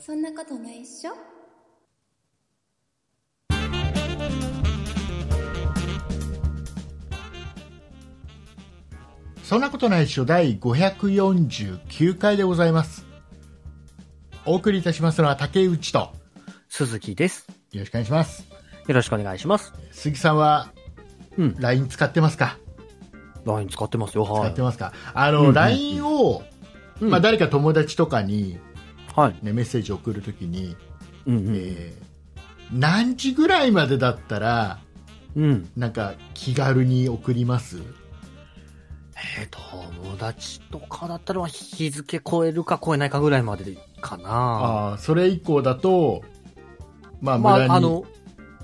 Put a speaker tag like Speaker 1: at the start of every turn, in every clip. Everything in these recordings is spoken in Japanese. Speaker 1: そんなことないっしょ
Speaker 2: そんなことないっしょ第549回でございます。お送りいたしますのは竹内と、
Speaker 3: 鈴木です。
Speaker 2: よろしくお願いします。
Speaker 3: よろしくお願いします。
Speaker 2: 鈴木さんは
Speaker 3: うん。
Speaker 2: LINE 使ってますか
Speaker 3: LINE 使ってますよ。は
Speaker 2: 使
Speaker 3: い
Speaker 2: って。ますかあの、
Speaker 3: うんうんうん
Speaker 2: LINE を、
Speaker 3: うん
Speaker 2: まあ、誰か友達とかに、
Speaker 3: はい。
Speaker 2: ね、メッセージを送るときに、
Speaker 3: うんうん。
Speaker 2: えー何時ぐらいまでだったら、
Speaker 3: うん。
Speaker 2: なんか気軽に送ります
Speaker 3: えー、友達とかだったら日付超えるか超えないかぐらいまでかな。
Speaker 2: ああー、それ以降だと、まあ、無
Speaker 3: ま
Speaker 2: 駄に、
Speaker 3: あ、あの、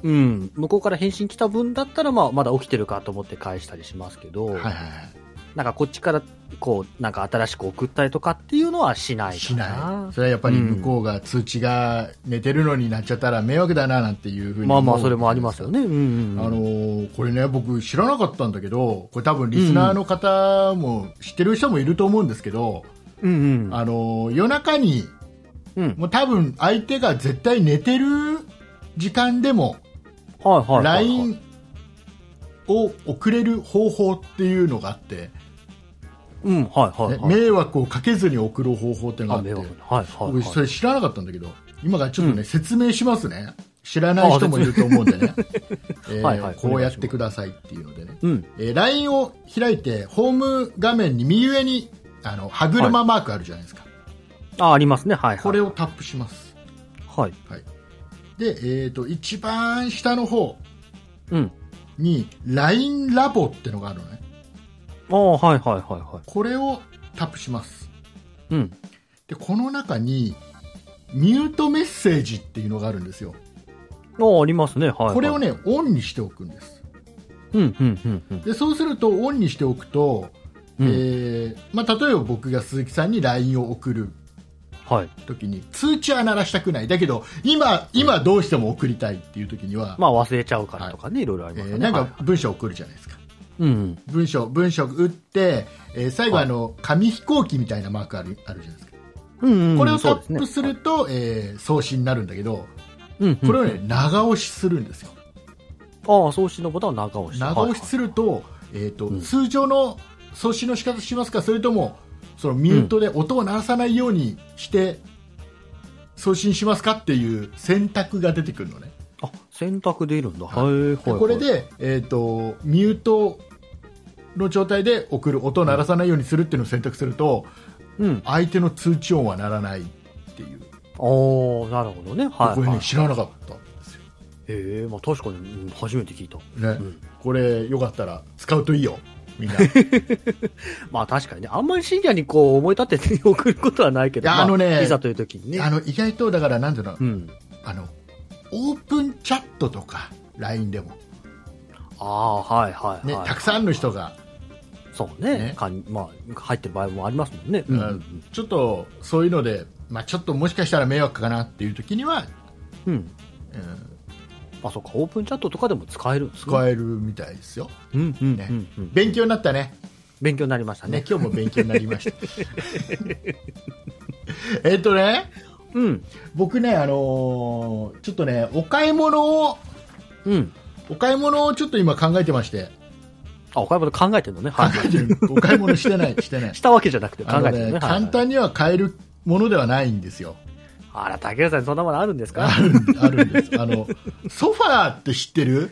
Speaker 3: うん。向こうから返信来た分だったら、まあ、まだ起きてるかと思って返したりしますけど、
Speaker 2: はいはい
Speaker 3: なんかこっちから、こう、なんか新しく送ったりとかっていうのはしな
Speaker 2: はいい、
Speaker 3: か
Speaker 2: しな。。
Speaker 3: ない
Speaker 2: それはやっぱり向こうが通知が寝てるのになっちゃったら迷惑だななんていうふうに
Speaker 3: ま
Speaker 2: 思
Speaker 3: あ
Speaker 2: う
Speaker 3: まあ、それもありますよね。うん
Speaker 2: あ
Speaker 3: うん。
Speaker 2: の、ーこれね、僕知らなかったんだけど、これ多分リスナーの方も知ってる人もいると思うんですけど、
Speaker 3: うんうん。
Speaker 2: あのー夜中に、
Speaker 3: うん。
Speaker 2: もう多分相手が絶対寝てる時間でも、
Speaker 3: はいはいはいはい。
Speaker 2: LINE を送れる方法っていうのがあって、
Speaker 3: うん、はいはい
Speaker 2: ね
Speaker 3: はい。
Speaker 2: 迷惑をかけずに送る方法っていうのがあ
Speaker 3: あ、
Speaker 2: って
Speaker 3: 迷惑。はいはい、は
Speaker 2: 僕
Speaker 3: い。
Speaker 2: それ知らなかったんだけど今からちょっとね、
Speaker 3: うん
Speaker 2: 説明しますね知らない人もいると思うんでね、えー
Speaker 3: はいはい
Speaker 2: こうやってくださいっていうのでね、
Speaker 3: うん。
Speaker 2: えー LINE を開いてホーム画面に右上にあの歯車マークあるじゃないですか、
Speaker 3: あ、ありますね。はい、はい。
Speaker 2: これをタップします
Speaker 3: はい。
Speaker 2: で、えー、と一番下の方
Speaker 3: うん。
Speaker 2: に LINE ラボってのがあるのね
Speaker 3: ああ、はいはいはいは
Speaker 2: これをタップします
Speaker 3: い。うん。
Speaker 2: でこの中にミュートメッセージっていうのがあるんですよ
Speaker 3: ああ、ありますね。はい、はい。
Speaker 2: これを。ねオンにしておくんです
Speaker 3: うん、うん、うん、うん。
Speaker 2: でそうするとオンにしておくと、
Speaker 3: うん
Speaker 2: えーまあ、例えば僕が鈴木さんに LINE を送る
Speaker 3: はい。
Speaker 2: ときに通知は鳴らしたくないだけど今今どうしても送りたいっていうときには、
Speaker 3: まあ、忘れちゃうからとかね、い、ろいろあり
Speaker 2: え
Speaker 3: ま
Speaker 2: ー
Speaker 3: すね。
Speaker 2: なん
Speaker 3: はい
Speaker 2: か文章を送るじゃないですか
Speaker 3: うん。
Speaker 2: 文章文章打って、えー最後
Speaker 3: はい
Speaker 2: あの紙飛行機みたいなマークあるあるじゃないですか
Speaker 3: うん、うん。
Speaker 2: これをタ
Speaker 3: そう
Speaker 2: ップ
Speaker 3: です
Speaker 2: す
Speaker 3: ね
Speaker 2: るとえー送信になるんだけど
Speaker 3: うん、うん。
Speaker 2: これを、ね長押しするんですよ
Speaker 3: ああ、送信のボタンを長押し。
Speaker 2: 長押しすると,、えーと
Speaker 3: うん
Speaker 2: 通常の送信の仕方しますかそれともそのミュートで音を鳴らさないようにして送信しますかっていう選択が出てくるのね、
Speaker 3: はいはい。あ、選択でいるんだ。はい、
Speaker 2: は
Speaker 3: はい。
Speaker 2: でこれ
Speaker 3: はい、
Speaker 2: で、えー、とミュートの状態で送る音を鳴らさないようにするっていうのを選択すると
Speaker 3: うん。あ
Speaker 2: 相手の通知音は鳴らないっていう、
Speaker 3: あー、なるほどね。はい、
Speaker 2: これ
Speaker 3: はい。
Speaker 2: ね知らなかったんですよ、
Speaker 3: ええまあ確かに、うん初めて聞いた。
Speaker 2: ね
Speaker 3: うん。
Speaker 2: これよかったら使うといいよみんない
Speaker 3: まあ確かにね、あんまり深夜にこう思い立てて送ることはないけど、
Speaker 2: いや
Speaker 3: ま
Speaker 2: あのね
Speaker 3: いざという時にね。
Speaker 2: やあの意外とだからなんていうの
Speaker 3: うん。
Speaker 2: あのオープンチャットとか LINE でも、
Speaker 3: ああ、はいはい、
Speaker 2: ね
Speaker 3: はい。
Speaker 2: たくさんの人が
Speaker 3: そうね
Speaker 2: ね
Speaker 3: かんまあ、入ってる場合もありますもんね。
Speaker 2: う
Speaker 3: うんんうん
Speaker 2: ちょっとそういうので、まあ、ちょっともしかしたら迷惑かなっていう時には、
Speaker 3: うん。
Speaker 2: うん、
Speaker 3: あ、そうか、オープンチャットとかでも使えるんですね。
Speaker 2: 使えるみたいですよ、
Speaker 3: うんうん
Speaker 2: ね
Speaker 3: うんうん
Speaker 2: 勉強になったね
Speaker 3: 勉強になりました
Speaker 2: ね
Speaker 3: ね。
Speaker 2: 今日も勉強になりました えっとね
Speaker 3: うん。
Speaker 2: 僕ね、あのーちょっとねお買い物を
Speaker 3: うん。
Speaker 2: お買い物をちょっと今考えてまして
Speaker 3: あ、お買い物考えてるのね。
Speaker 2: 考
Speaker 3: はい。
Speaker 2: えてるお買い物してないしてない
Speaker 3: したわけじゃなく て考
Speaker 2: あの
Speaker 3: えてるのね。
Speaker 2: ね
Speaker 3: はいはい
Speaker 2: 簡単には買えるものではないんですよ
Speaker 3: あら、竹内さん、そんなものあるんですか
Speaker 2: あるあるんです。あの、ソファーって知って る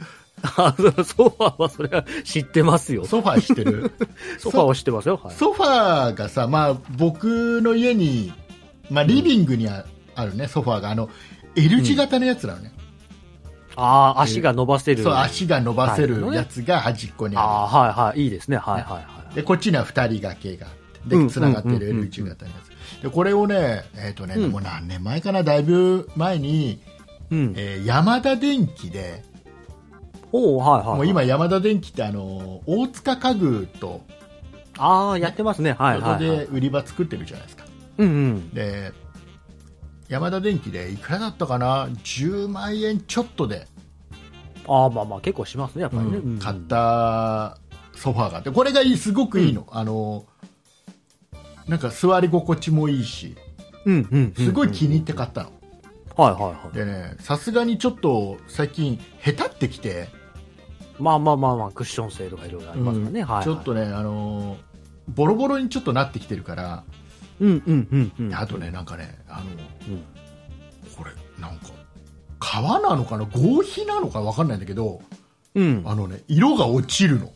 Speaker 3: あそうソファーは、それは知ってますよ。
Speaker 2: ソファー知ってる
Speaker 3: ソファーは知ってますよ。はい。
Speaker 2: ソファーがさ、まあ僕の家に、まあリビングにあ,、あるね、ソファーが、あの、L 字型のやつなのね。
Speaker 3: ああ、足が伸ばせる。
Speaker 2: そう、足が伸ばせる
Speaker 3: はい
Speaker 2: やつが端っこにあ
Speaker 3: ああー、はいはい。いいですね。はいはい
Speaker 2: る。
Speaker 3: はい。
Speaker 2: で、こっちには二人掛けがあって、
Speaker 3: う
Speaker 2: で、
Speaker 3: ん
Speaker 2: 繋がってる
Speaker 3: うん
Speaker 2: L 字型のやつ。で、これをね、えっ、とね、
Speaker 3: うん
Speaker 2: もう何年前かな、だいぶ前に、
Speaker 3: うん。
Speaker 2: えー山田電機で、
Speaker 3: おおはいはいはい。
Speaker 2: もう今山田電機ってあの、大塚家具と、
Speaker 3: ああ、やってますね。はい
Speaker 2: そこ
Speaker 3: はい、は
Speaker 2: で
Speaker 3: い。
Speaker 2: 売り場作ってるじゃないですか。
Speaker 3: うんうん。
Speaker 2: で山田電機でいくらだったかな10万円ちょっとで、
Speaker 3: ああ、まあまあ結構しますね、やっぱりね。うん
Speaker 2: 買っ。たソファーがあってこれがいいすごくいいの,、あのなんか座り心地もいいし
Speaker 3: うんうん。
Speaker 2: すごい気に入って買ったの、
Speaker 3: はいはいはい。
Speaker 2: でねさすがにちょっと最近へたってきて、
Speaker 3: まあまあまあまあ、クッション性とかいろいろありますからね。
Speaker 2: うん
Speaker 3: はい、はい。
Speaker 2: ちょっとねあのーボロボロにちょっとなってきてるから、
Speaker 3: うんうんうんうん。
Speaker 2: あとねなんかねあの
Speaker 3: うん。
Speaker 2: これなんか革なのかな合皮なのかわかんないんだけど
Speaker 3: うん。
Speaker 2: あのね色が落ちるの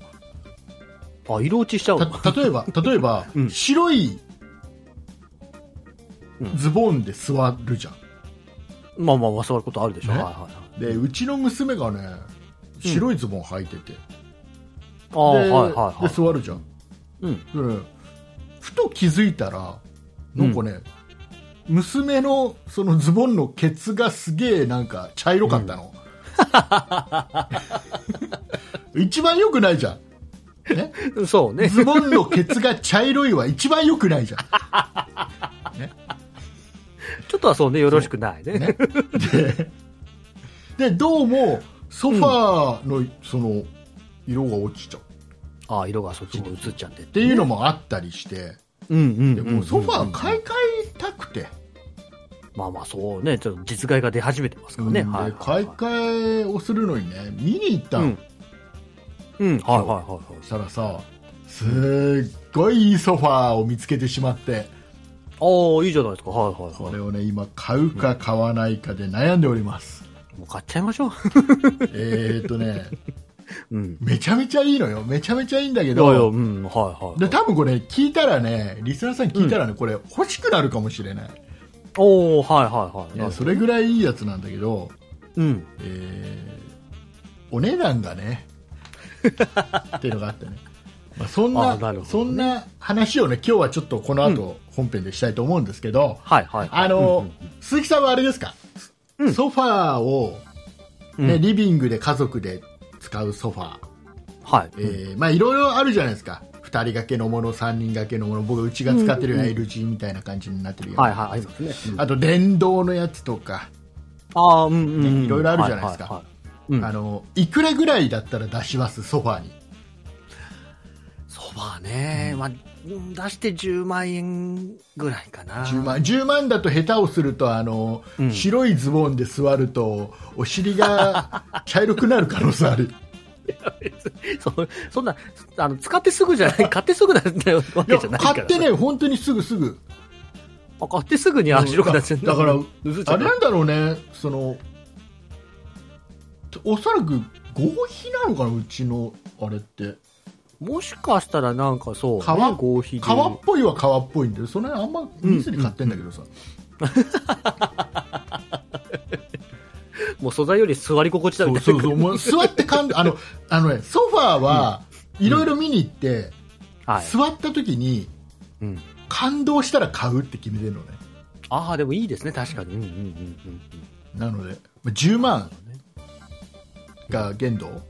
Speaker 3: あ、色落ちしちゃうの。
Speaker 2: た例え ば例えば、
Speaker 3: うん
Speaker 2: 白い
Speaker 3: うん
Speaker 2: ズボンで座るじゃん
Speaker 3: まあまあまあ、そういうことあるでしょ。
Speaker 2: ね
Speaker 3: はいはいはい。
Speaker 2: でうちの娘がね白いズボン履いてて、
Speaker 3: ああ、
Speaker 2: で
Speaker 3: はいはいは
Speaker 2: で
Speaker 3: い。
Speaker 2: 座るじゃん
Speaker 3: うん。
Speaker 2: でねふと気づいたらなんかね、娘のそのズボンのケツがすげえなんか茶色かった の、一番良くないじゃん
Speaker 3: そうね。
Speaker 2: ズボンのケツが茶色いは一番良くないじゃ
Speaker 3: ちょっとはそうね、よろしくない
Speaker 2: ん、
Speaker 3: ね。
Speaker 2: ね、ででどうもソファーのその色が落ちちゃうっ
Speaker 3: ああ、色がそっちに移っちゃってって
Speaker 2: いうの
Speaker 3: も。
Speaker 2: もあったりして、
Speaker 3: うんうん
Speaker 2: で
Speaker 3: うん。
Speaker 2: もうソファー買い替えたくて、
Speaker 3: まあまあ、そうね。ちょっと実害が出始めてますからね。
Speaker 2: うんで
Speaker 3: はいはいは
Speaker 2: 買い
Speaker 3: い。
Speaker 2: 替えをするのにね見に行ったの、
Speaker 3: うん。うん、はいはいはいはい
Speaker 2: そし。たらさすっごいいいソファーを見つけてしまって
Speaker 3: ああ、いいじゃないですか。はいはい
Speaker 2: こ
Speaker 3: はい。
Speaker 2: れをね今買うか買わないかで悩んでおり ます、
Speaker 3: もう買っちゃいましょう。
Speaker 2: えーっとね
Speaker 3: うん。
Speaker 2: めちゃめちゃいいのよめちゃめちゃいいんだけ
Speaker 3: いやいや、
Speaker 2: ど
Speaker 3: うん、はいはい
Speaker 2: で
Speaker 3: はい。
Speaker 2: 多分これ聞いたらねリスナーさん聞いたらね、これ欲しくなるかもしれない
Speaker 3: おおはいはい
Speaker 2: い
Speaker 3: は
Speaker 2: や
Speaker 3: い。
Speaker 2: それぐらいいいやつなんだけど、
Speaker 3: うん。
Speaker 2: えーお値段が ねっていうのがあってね、まあ、そんな
Speaker 3: あなるほ
Speaker 2: そ
Speaker 3: どね
Speaker 2: んな話をね今日はちょっとこの後、本編でしたいと思うんですけど
Speaker 3: はいはい。
Speaker 2: あの、鈴木さんはあれですか、
Speaker 3: うん
Speaker 2: ソファーを、
Speaker 3: うん、
Speaker 2: ねリビングで家族で使うソファー、
Speaker 3: はい。
Speaker 2: えーまあいろいろあるじゃないですか2人掛けのもの3人掛けのもの僕うちが使ってるような L 字みたいな感じになってるよ、
Speaker 3: はいはい、ありますね。
Speaker 2: あと電動のやつとか、
Speaker 3: ああ、うんうんうん。
Speaker 2: ねいろいろあるじゃないですか
Speaker 3: ははは。うん
Speaker 2: あのいくらぐらいだったら出しますソファーに
Speaker 3: ソファーね、まあ、うん出して10万円ぐらいかな。
Speaker 2: 10万10万だと下手をするとあの、
Speaker 3: うん
Speaker 2: 白いズボンで座るとお尻 が茶色くなる可能性ある
Speaker 3: そそんな、あの、使ってすぐじゃ ない、買ってすぐなんだよ、わ
Speaker 2: い
Speaker 3: け
Speaker 2: や
Speaker 3: じゃないから。
Speaker 2: 買ってね本当にすぐすぐ
Speaker 3: あ。買ってすぐにあ白くなっちゃう。
Speaker 2: だから
Speaker 3: うずちゃ
Speaker 2: あ
Speaker 3: う
Speaker 2: れなんだろうねそのおそらく合皮なのかなうちのあれって
Speaker 3: もしかしたらなんかそう、
Speaker 2: 皮
Speaker 3: 合皮で。
Speaker 2: 皮っぽいは皮っぽいんだよその辺あんま見ずに買ってんだけどさ、
Speaker 3: もう素材より座り心地だみたいな。
Speaker 2: そうそうそうもう座ってかんあのあのねソファーはいろいろ見に行って、
Speaker 3: はい。
Speaker 2: 座った時に
Speaker 3: うん。
Speaker 2: 感動したら買うって決めてるのね
Speaker 3: ああ、でもいいですね、確かに。うんうんうんうん
Speaker 2: なのでまあ10万が限度、
Speaker 3: うん。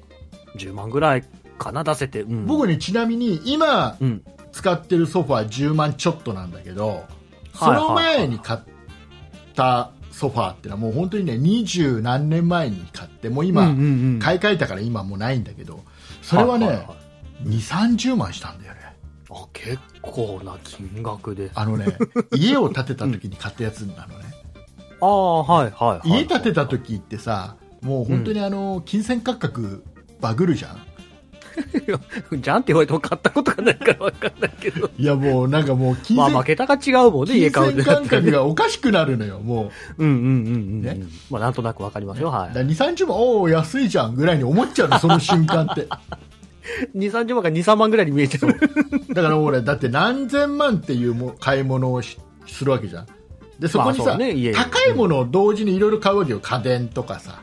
Speaker 3: 10万ぐらいかな、出せて。うん、
Speaker 2: 僕ねちなみに今
Speaker 3: うん。
Speaker 2: 使ってるソファー10万ちょっとなんだけどそ
Speaker 3: はいはいはい
Speaker 2: の前に買ったソファーってのはもう本当にね二十何年前に買ってもう今、
Speaker 3: うんうんうん
Speaker 2: 買い替えたから今もうないんだけどそれはね、
Speaker 3: いいい
Speaker 2: 2三3 0万したんだよね
Speaker 3: あ結構な金額で。あ
Speaker 2: あの ね家を建てた時に買ったやつなのね
Speaker 3: あー、はいはいはい。
Speaker 2: 家建てた時ってさもう本当にあの金銭感覚バグるじゃん
Speaker 3: じゃんって言われても買ったことがないから分かんないけど。
Speaker 2: いやもうなんかもう金
Speaker 3: まあ、
Speaker 2: 銭
Speaker 3: 負けたが違うもんね、
Speaker 2: 金
Speaker 3: 家買うって
Speaker 2: 銭
Speaker 3: なっ
Speaker 2: 感
Speaker 3: た
Speaker 2: 覚
Speaker 3: らね。
Speaker 2: がおかしくなるのよ、も
Speaker 3: うんうんうんうん。
Speaker 2: ね
Speaker 3: まあ、なんとなく分かりますよ、
Speaker 2: う。
Speaker 3: は
Speaker 2: だ2、30万、おお、安いじゃんぐらいに思っちゃうの、その瞬間って。
Speaker 3: い。2、30万から2、3万ぐらいに見えちゃう。
Speaker 2: だから俺、だって何千万っていうも買い物をしするわけじゃん。で、そこに
Speaker 3: まあ
Speaker 2: さ、
Speaker 3: そうね家に
Speaker 2: 高いものを同時にいろいろ買うわけよ。家電とかさ、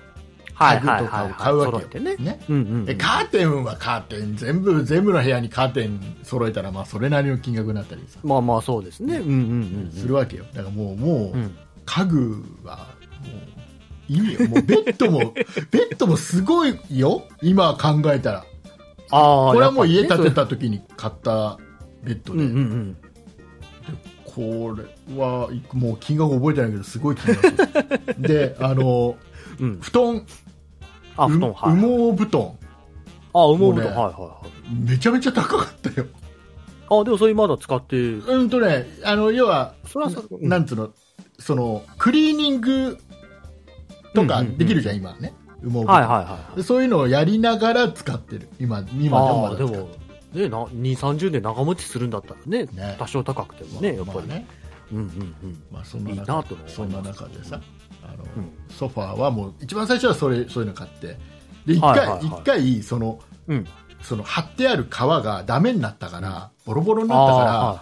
Speaker 3: は
Speaker 2: 家
Speaker 3: い
Speaker 2: 具
Speaker 3: はい
Speaker 2: と
Speaker 3: は
Speaker 2: か
Speaker 3: い、
Speaker 2: を
Speaker 3: は
Speaker 2: 買
Speaker 3: い。
Speaker 2: うわ
Speaker 3: 揃っ
Speaker 2: け
Speaker 3: て
Speaker 2: よ
Speaker 3: ね。。
Speaker 2: ね
Speaker 3: うんうんう
Speaker 2: で
Speaker 3: ん。
Speaker 2: カーテンはカーテン、全部、全部の部屋にカーテン揃えたら、まあ、それなりの金額になったりさ、
Speaker 3: まあまあ、そうですね。うんうんうん
Speaker 2: するわけよ。だからもう、も
Speaker 3: う
Speaker 2: う、
Speaker 3: ん。うん
Speaker 2: 家具はもう意 味よもうベッドもベッドもすごいよ今考えたら
Speaker 3: ああ、
Speaker 2: これはもう家
Speaker 3: やっぱ
Speaker 2: 建
Speaker 3: りね
Speaker 2: てた時に買ったベッド
Speaker 3: そう
Speaker 2: で、
Speaker 3: うんうんうん。
Speaker 2: これはいくもう金額覚えてないけどすごい金額 であの
Speaker 3: うん。
Speaker 2: 布団
Speaker 3: あ、布団、
Speaker 2: う
Speaker 3: はい。
Speaker 2: 羽毛布団
Speaker 3: あ、羽毛布団、
Speaker 2: もう
Speaker 3: はい
Speaker 2: ね
Speaker 3: はいはい。
Speaker 2: めちゃめちゃ高かったよ
Speaker 3: あ、でもそれまだ使ってる。
Speaker 2: うんとねあの要は
Speaker 3: それはそれ、
Speaker 2: なんつうのそのクリーニングとか
Speaker 3: うんうんうん
Speaker 2: できるじゃん、今ね。羽毛布
Speaker 3: はいはいはい。
Speaker 2: そういうのをやりながら使ってる。今、今でもま
Speaker 3: ああ、
Speaker 2: だ
Speaker 3: で
Speaker 2: 使って
Speaker 3: も、ね、な2、30年長持ちするんだったらね、
Speaker 2: ね
Speaker 3: 多少高くても
Speaker 2: る
Speaker 3: ね、やっぱり。
Speaker 2: まあね。
Speaker 3: うんうんうん。
Speaker 2: まあ、そんない
Speaker 3: いなとは
Speaker 2: 中
Speaker 3: 思います
Speaker 2: そんな中でさ、あの
Speaker 3: うん
Speaker 2: ソファーはもう一番最初はそれそういうの買って、で一
Speaker 3: はい
Speaker 2: 回
Speaker 3: はいはい
Speaker 2: 一回その
Speaker 3: うん。
Speaker 2: その貼ってある革がダメになったから、ボロボロに
Speaker 3: あ
Speaker 2: なったか
Speaker 3: あ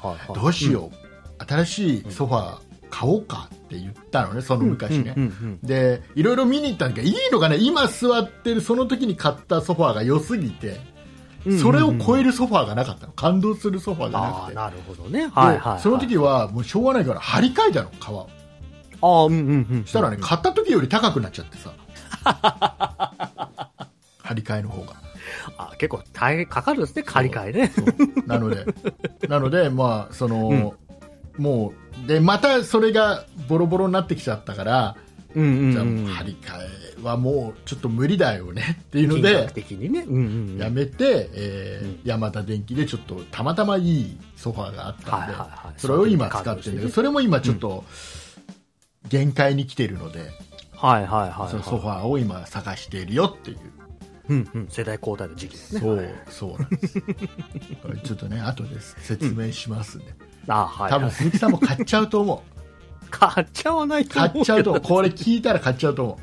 Speaker 3: ー、はいはい
Speaker 2: ら、
Speaker 3: はい
Speaker 2: どうしよう、新しいソファー買おうかって言ったのね、その昔ね。
Speaker 3: うんうんうん
Speaker 2: でいろいろ見に行ったんだけどいいのかね今座ってるその時に買ったソファーが良すぎて、
Speaker 3: うんうん
Speaker 2: それを超えるソファーがなかったの感動するソファーがな
Speaker 3: あ
Speaker 2: く
Speaker 3: あ
Speaker 2: て
Speaker 3: なるほどね
Speaker 2: で
Speaker 3: はいはい、はい、
Speaker 2: その時はもうしょうがないから張り替えたの革を
Speaker 3: ああうんうんうん
Speaker 2: したらね、
Speaker 3: うん
Speaker 2: 買った時より高くなっちゃってさ 張り替えの方が
Speaker 3: あ結構大変かかるんですね借り換えね
Speaker 2: そうなのでなのでまあその、
Speaker 3: うん
Speaker 2: もうでまたそれがボロボロになってきちゃったから、
Speaker 3: うんうん
Speaker 2: じゃあ
Speaker 3: うん
Speaker 2: 張り替えはもうちょっと無理だよねっていうの
Speaker 3: 金
Speaker 2: で
Speaker 3: 額的にねうんうんうん
Speaker 2: やめて、えー
Speaker 3: うん
Speaker 2: ヤマタ電機でちょっとたまたまいいソファーがあったんで、
Speaker 3: はいはいはい
Speaker 2: それを今使ってるんだけどそれも今ちょっと限界に来てるので、
Speaker 3: はいはいはいはい
Speaker 2: そのソファーを今探しているよっていう、
Speaker 3: うんうん世代交代の時期ですね
Speaker 2: そうそうなんですこれちょっとね後で説明しますね、
Speaker 3: あはい、
Speaker 2: 多分鈴木さんも買っちゃうと思 う
Speaker 3: 買っちゃわないと
Speaker 2: 買
Speaker 3: 思う
Speaker 2: っちゃうと思うこれ聞いたら買っちゃうと思う、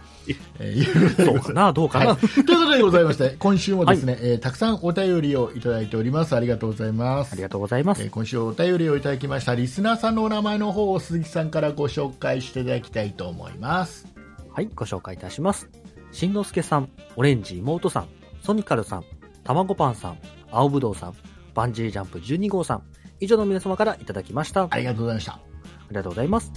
Speaker 2: えーいうことでござ
Speaker 3: どう
Speaker 2: います
Speaker 3: かなどうかな、
Speaker 2: はい、ということでございまして今週もですね、えーたくさんお便りをいただいておりますありがとうございます
Speaker 3: ありがとうございます、
Speaker 2: えー今週お便りをいただきましたリスナーさんのお名前の方を鈴木さんからご紹介していただきたいと思います
Speaker 3: はい、ご紹介いたします。しんのすけさん、オレンジ妹さん、ソニカルさん、たまごパンさん、青ぶどうさん、バンジージャンプ12号さん、以上の皆様からいただきました。
Speaker 2: あ
Speaker 3: あ
Speaker 2: りがとうございました
Speaker 3: りがとうございます。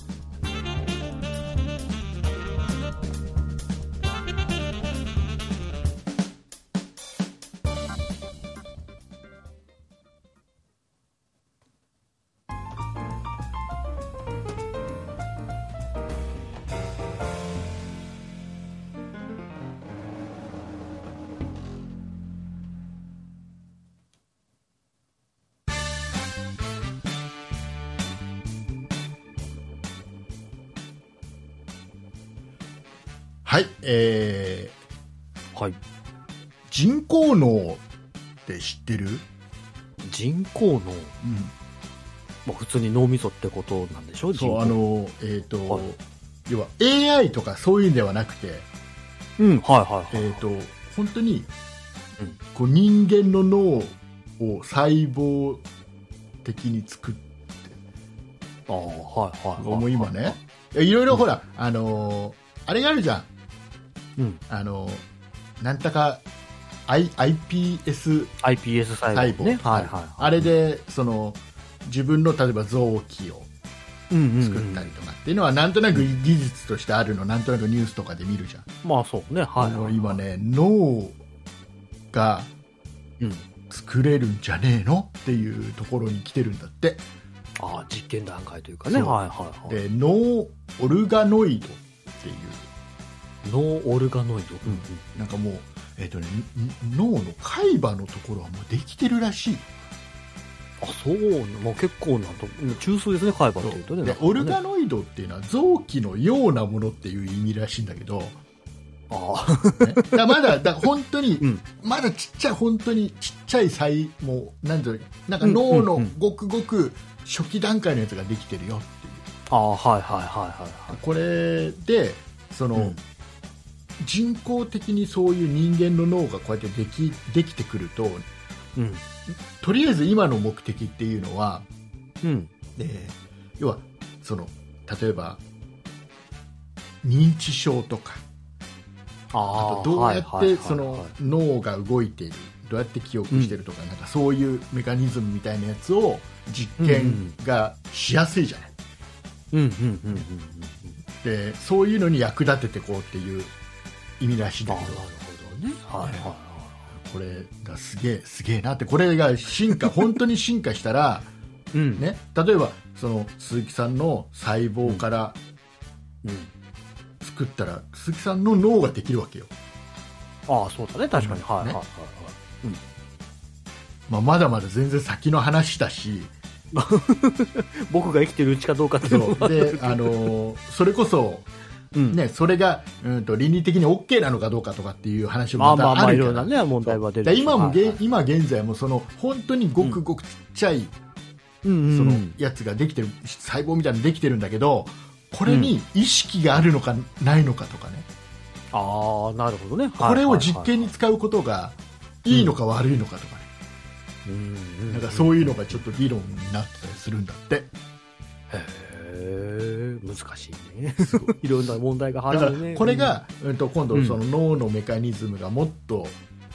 Speaker 2: はいえ
Speaker 3: はい。
Speaker 2: ー、人工脳って知ってる、
Speaker 3: 人工脳。まあ、普通に脳みそってことなんでしょ
Speaker 2: そうあ、のえっ、と、
Speaker 3: はい
Speaker 2: 要は AI とかそういうんではなくて
Speaker 3: 人工うん、はいはい
Speaker 2: え
Speaker 3: はい。
Speaker 2: っ、と本当に、
Speaker 3: うん
Speaker 2: こう人間の脳を細胞的に作って
Speaker 3: ああ、はいはいはい。
Speaker 2: もう今ね。いやいろいろほら、あのーあれがあるじゃん
Speaker 3: うん。
Speaker 2: あのなんたか、I、iPS
Speaker 3: iPS 細
Speaker 2: 細
Speaker 3: 胞
Speaker 2: 胞、
Speaker 3: ね。はいはい。
Speaker 2: あれでその自分の例えば臓器を
Speaker 3: うんうん、
Speaker 2: 作ったりとかっていうのは、なんとなく技術としてあるのなんとなくニュースとかで見るじゃん、
Speaker 3: まあそうね。はい、
Speaker 2: あ
Speaker 3: は
Speaker 2: の
Speaker 3: い。
Speaker 2: 今ね脳が
Speaker 3: うん。
Speaker 2: 作れるんじゃねえのっていうところに来てるんだって
Speaker 3: ああ、実験段階というかね。
Speaker 2: そう
Speaker 3: はいはいは
Speaker 2: で
Speaker 3: い。
Speaker 2: 脳オルガノイドっていう
Speaker 3: 脳オルガノイド。うんうん。
Speaker 2: なんかもう、えっとね、んん脳の海馬のところはもうできてるらしい
Speaker 3: あそうね、まあ、結構なと中枢ですね海馬っていうとね
Speaker 2: で
Speaker 3: なんかね
Speaker 2: オルガノイドっていうのは臓器のようなものっていう意味らしいんだけ ど、ね、
Speaker 3: ああ
Speaker 2: だからまだだから本当に、
Speaker 3: うん
Speaker 2: まだちっちゃい本当にちっちゃい細もうなんていうのなんか
Speaker 3: うん
Speaker 2: 脳
Speaker 3: うん
Speaker 2: の
Speaker 3: うん
Speaker 2: ごくごく初期段階のやつができてるよっていう
Speaker 3: ああはいはいはいはいはい
Speaker 2: これでその、
Speaker 3: うん
Speaker 2: 人工的にそういう人間の脳がこうやってできできてくると
Speaker 3: うん
Speaker 2: とりあえず今の目的っていうのは
Speaker 3: うん
Speaker 2: で要はその例えば認知症とかあ
Speaker 3: あ
Speaker 2: と
Speaker 3: あ
Speaker 2: どうや
Speaker 3: はいはい
Speaker 2: っ
Speaker 3: はい
Speaker 2: てそ
Speaker 3: は
Speaker 2: の
Speaker 3: い
Speaker 2: 脳が動いているどうやって記憶してるとか,、なんかそういうメカニズムみたいなやつを実験がしやすいじゃない、
Speaker 3: うんうんうんうんうん
Speaker 2: でそういうのに役立ててこうっていう意味らしいん
Speaker 3: ああ
Speaker 2: だ
Speaker 3: な
Speaker 2: け
Speaker 3: る
Speaker 2: ど
Speaker 3: ほどねはいはいはい
Speaker 2: これがすげえすげえなってこれが進 化本当に進化したら、
Speaker 3: うん
Speaker 2: ね、例えばその鈴木さんの細胞から
Speaker 3: うん
Speaker 2: 作ったら、鈴木さんの脳ができるわけよ、
Speaker 3: ああそうだね確かに、
Speaker 2: うん
Speaker 3: はいはい
Speaker 2: ね
Speaker 3: はいはい
Speaker 2: まあ、まだまだ全然先の話だし。
Speaker 3: 僕が生きてるうちかどうかっていうの
Speaker 2: そ
Speaker 3: は
Speaker 2: うであのーそれこそ
Speaker 3: うん。
Speaker 2: ね、それが、うん、と倫理的に OK なのかどうかとかっていう話も
Speaker 3: まあ
Speaker 2: ま
Speaker 3: まあ
Speaker 2: た
Speaker 3: ま
Speaker 2: あ
Speaker 3: あ、い
Speaker 2: るか
Speaker 3: ろ
Speaker 2: ら
Speaker 3: んなね、問題は出
Speaker 2: だ
Speaker 3: る
Speaker 2: 今もげ、
Speaker 3: はいはい
Speaker 2: 今現在もその本当にごくごくちっちゃい、
Speaker 3: うんうん
Speaker 2: そのやつができてる、細胞みたいなのできてるんだけどこれに意識があるのかないのかとかね、
Speaker 3: ああ、なるほどね。
Speaker 2: これを実験に
Speaker 3: はい
Speaker 2: 使うことがいいのか悪いのかとかね、
Speaker 3: はいはいうんうん
Speaker 2: なんかそういうのがちょっと議論になってたりするんだって
Speaker 3: へえ、難しいね。いろんな問題がは
Speaker 2: だから
Speaker 3: るね。
Speaker 2: これが、うん、と今
Speaker 3: う
Speaker 2: 度
Speaker 3: ん
Speaker 2: その脳のメカニズムがもっと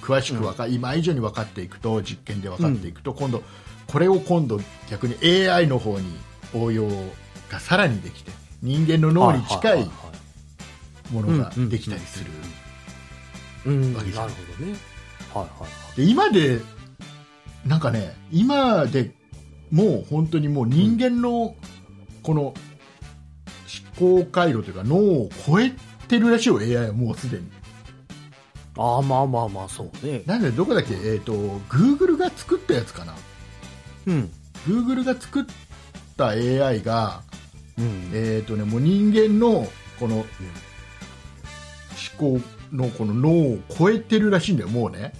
Speaker 2: 詳しくわか、今以上に分かっていくと実験で分かっていくと、今度これを今度逆に AI の方に応用がさらにできて人間の
Speaker 3: うん、
Speaker 2: 脳に近
Speaker 3: はいはいはは
Speaker 2: ものができたりする、
Speaker 3: いうん、な
Speaker 2: わけ
Speaker 3: る
Speaker 2: じゃ
Speaker 3: ほ
Speaker 2: ん
Speaker 3: どね。はいはいはい。
Speaker 2: で今でなんかね今でもう本当にもう人間のこの思考回路というか脳を超えてるらしいよ AI はもうすでに。
Speaker 3: ああ、まあまあまあ、そうね。
Speaker 2: なんでどこだっけ、えー、と Google が作ったやつかな
Speaker 3: うん。
Speaker 2: Google が作った AI が、
Speaker 3: うん。
Speaker 2: えーとね、もう人間のこの思考のこの脳を超えてるらしいんだよもうね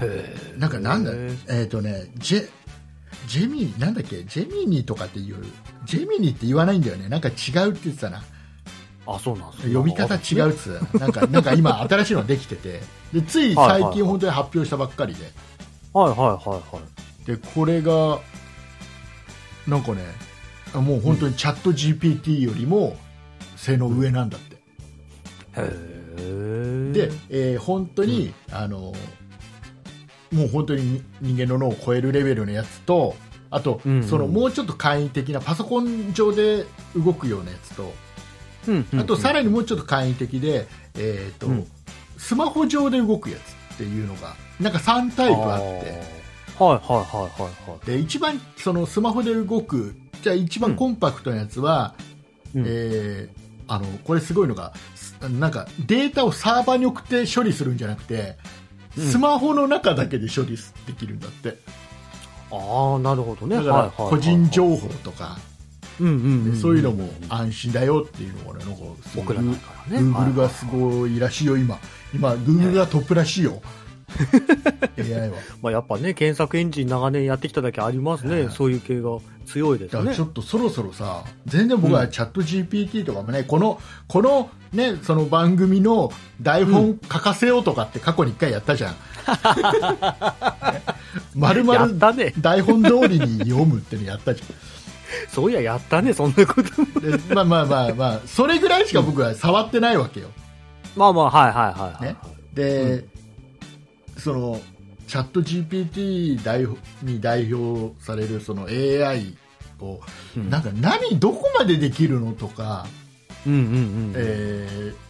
Speaker 3: へ
Speaker 2: なんかなんだ
Speaker 3: へ
Speaker 2: え
Speaker 3: ー
Speaker 2: ー、とねジェジェミなんだっけジェミニとかっていうジェミニって言わないんだよねなんか違うって言ってたな
Speaker 3: あ、そうなんですね
Speaker 2: 読み方違うっつってたななんかなんか今新しいのできててでつい最
Speaker 3: はいはい
Speaker 2: 近
Speaker 3: はい
Speaker 2: 本当に発表したばっかりで、
Speaker 3: はいはいはいはい。
Speaker 2: でこれがなんかねあもう本当にチャット GPT よりも性能上なんだって、
Speaker 3: へー
Speaker 2: で、えー本当に、あのもう本当に人間の脳を超えるレベルのやつとあと、
Speaker 3: うんうん
Speaker 2: そのもうちょっと簡易的なパソコン上で動くようなやつとあとさ
Speaker 3: に、
Speaker 2: らにもうちょっと簡易的で、えーと
Speaker 3: うん
Speaker 2: スマホ上で動くやつっていうのがなんか3タイプあって。
Speaker 3: あー。はいはいはいはいはい。
Speaker 2: で一番そのスマホで動くじゃあ一
Speaker 3: う
Speaker 2: 番
Speaker 3: ん
Speaker 2: コンパクトなやつは、
Speaker 3: うん
Speaker 2: えーあのこれすごいのがすなんかデータをサーバーに送って処理するんじゃなくて
Speaker 3: うん
Speaker 2: スマホの中だけで処理できるんだって、
Speaker 3: ああ、なるほどね。
Speaker 2: だか
Speaker 3: はいは
Speaker 2: ら
Speaker 3: いはいはい
Speaker 2: 個人情報とか、
Speaker 3: うんうんうん、
Speaker 2: そういうのも安心だよっていうのがねなんかす
Speaker 3: 送
Speaker 2: ごい
Speaker 3: らないからね。
Speaker 2: Google がすごいらしいよ今今 Google がトップらしい よ AI は
Speaker 3: まあ、やっぱね、検索エンジン長年やってきただけありますね、
Speaker 2: はい
Speaker 3: そういう系が強いで
Speaker 2: だ
Speaker 3: す
Speaker 2: から
Speaker 3: ね
Speaker 2: ち。ょっとそろそろさ、全然僕
Speaker 3: う
Speaker 2: はチャット GPT とかもね、この、このね、その番組の台本書かせようとかって過去に一回やったじゃん。 まる
Speaker 3: や
Speaker 2: ま
Speaker 3: っ
Speaker 2: る
Speaker 3: たね。
Speaker 2: 台本通りに読むってのやったじ
Speaker 3: そういや、やったね、そんなこと。
Speaker 2: ゃん。でまあまあまあまあ、それぐらいしか僕は触ってないわけよ。
Speaker 3: まあまあ、はいはいはい、はい
Speaker 2: ねで、その、チャット GPT 代表に代表されるその AI を、
Speaker 3: うん
Speaker 2: なんか何、どこまでできるのとか、
Speaker 3: うんうんうん。
Speaker 2: えー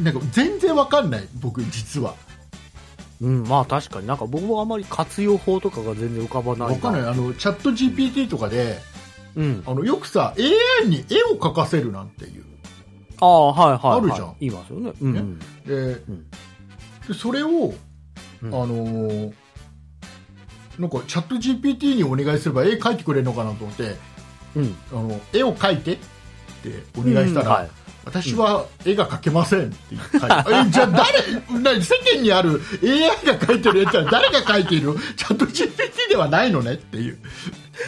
Speaker 2: なんか全然わかんない、僕、実は。
Speaker 3: うん、まあ確かになんか僕もあまり活用法とかが全然浮かばない
Speaker 2: わかんないあのチャット GPT とかで
Speaker 3: うん。
Speaker 2: あのよくさ AI に絵を描かせるなんていう
Speaker 3: ああ、はいはい、はい。
Speaker 2: あるじゃん
Speaker 3: 言いますよね。うん、うん。
Speaker 2: で
Speaker 3: うん
Speaker 2: でそれを、
Speaker 3: うん
Speaker 2: あのーなんかチャット GPT にお願いすれば絵描いてくれるのかなと思って
Speaker 3: うん。
Speaker 2: あの絵を描いてってお願いしたら、
Speaker 3: うんはい
Speaker 2: 私は絵が描けませんって言って書いて、 えじゃあ誰な世間にある AI が描いてるやつは誰が描いているの チャット GPT ではないのねっていう